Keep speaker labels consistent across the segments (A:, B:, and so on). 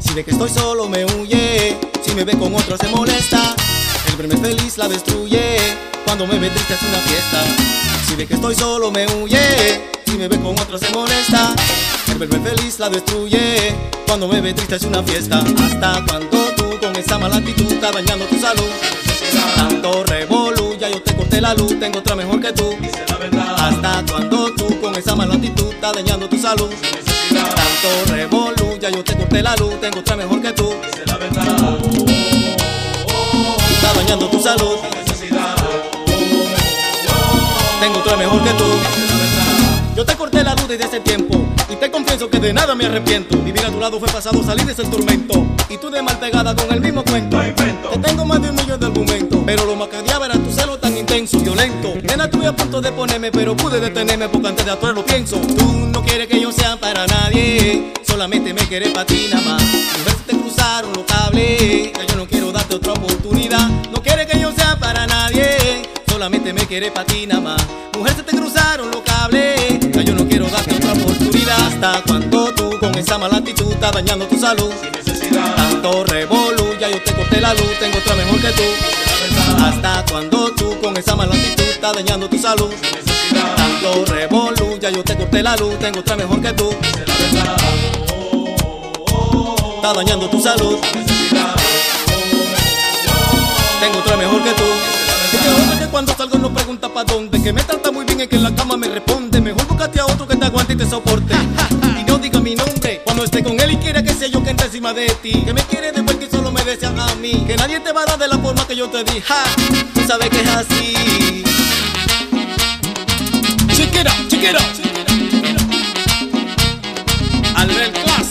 A: Si ve que estoy solo me huye, si me ve con otro se molesta. El verme feliz la destruye, cuando me ve triste es una fiesta. Si ve que estoy solo me huye, si me ve con otro se molesta. El verme feliz la destruye, cuando me ve triste es una fiesta. Hasta cuando tú con esa mala actitud estás dañando tu salud. Tanto revolú, ya yo te corté la luz, tengo otra mejor que tú. Hasta cuando tú con esa mala actitud estás dañando tu salud. Tanto revolú, ya yo te corté la luz, tengo otra mejor que tú. Está dañando tu salud. Tengo otra mejor que tú. Yo te corté la luz desde ese tiempo y te confieso que de nada me arrepiento. Vivir a tu lado fue pasado, salir de ese tormento y tú de mal pegada con el mismo cuento. Te tengo más de un millón de argumentos, pero lo macadeaba era tu celo tan intenso, violento. Nena, estuve a punto de ponerme, pero pude detenerme porque antes de actuar lo pienso. Tú no quieres que yo sea para nadie, solamente me quieres para ti nada más. Y ves, te cruzaron los cables, ya yo no quiero darte otra oportunidad. No quieres que yo sea para nadie, solamente me quieres para ti nada más. Mujer, se te cruzaron los cables, ya yo no quiero darte otra oportunidad. Hasta cuando tú con esa mala actitud estás dañando tu salud. Tanto revolú, ya yo te corté la luz, tengo otra mejor que tú. Hasta cuando tú con esa mala actitud estás dañando tu salud. Tanto revolú, ya yo te corté la luz, tengo otra mejor que tú. Está dañando tu salud. Tengo otra mejor que tú. Y te juro que cuando salgo no pregunta pa' dónde. Que me trata muy bien y que en la cama me responde. Mejor búscate a otro que te aguante y te soporte. Y no diga mi nombre cuando esté con él y quiera que sea yo que entre encima de ti. Que me quiere de vuelta y solo me desea a mí. Que nadie te va a dar de la forma que yo te di. Ja, tú sabes que es así. Chiquera, chiquera, Albert Class.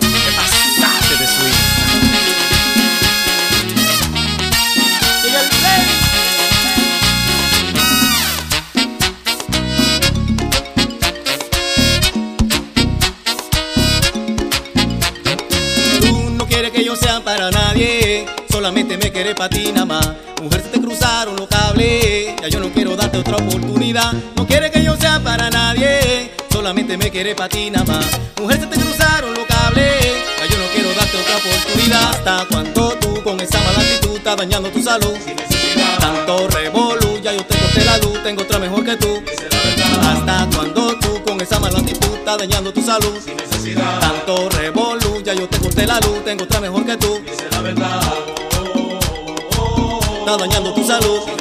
A: Qué pasaste de swing. Sigue el play. Tú no quieres que yo sea para nadie, solamente me quieres para ti nada más. Mujer, se te cruzaron los cables, ya yo no quiero darte otra oportunidad. No quieres que yo sea para nadie, solamente me quieres para ti nada más. Mujer, se te cruzaron los cables, ya yo no quiero darte otra oportunidad. Hasta cuando tú con esa mala actitud estás dañando tu salud. Tanto revolú, ya yo te corté la luz, tengo otra mejor que tú. Hasta cuando tú con esa mala actitud estás dañando tu salud. Tanto revolú, ya yo te corté la luz, tengo otra mejor que tú. Está dañando tu salud.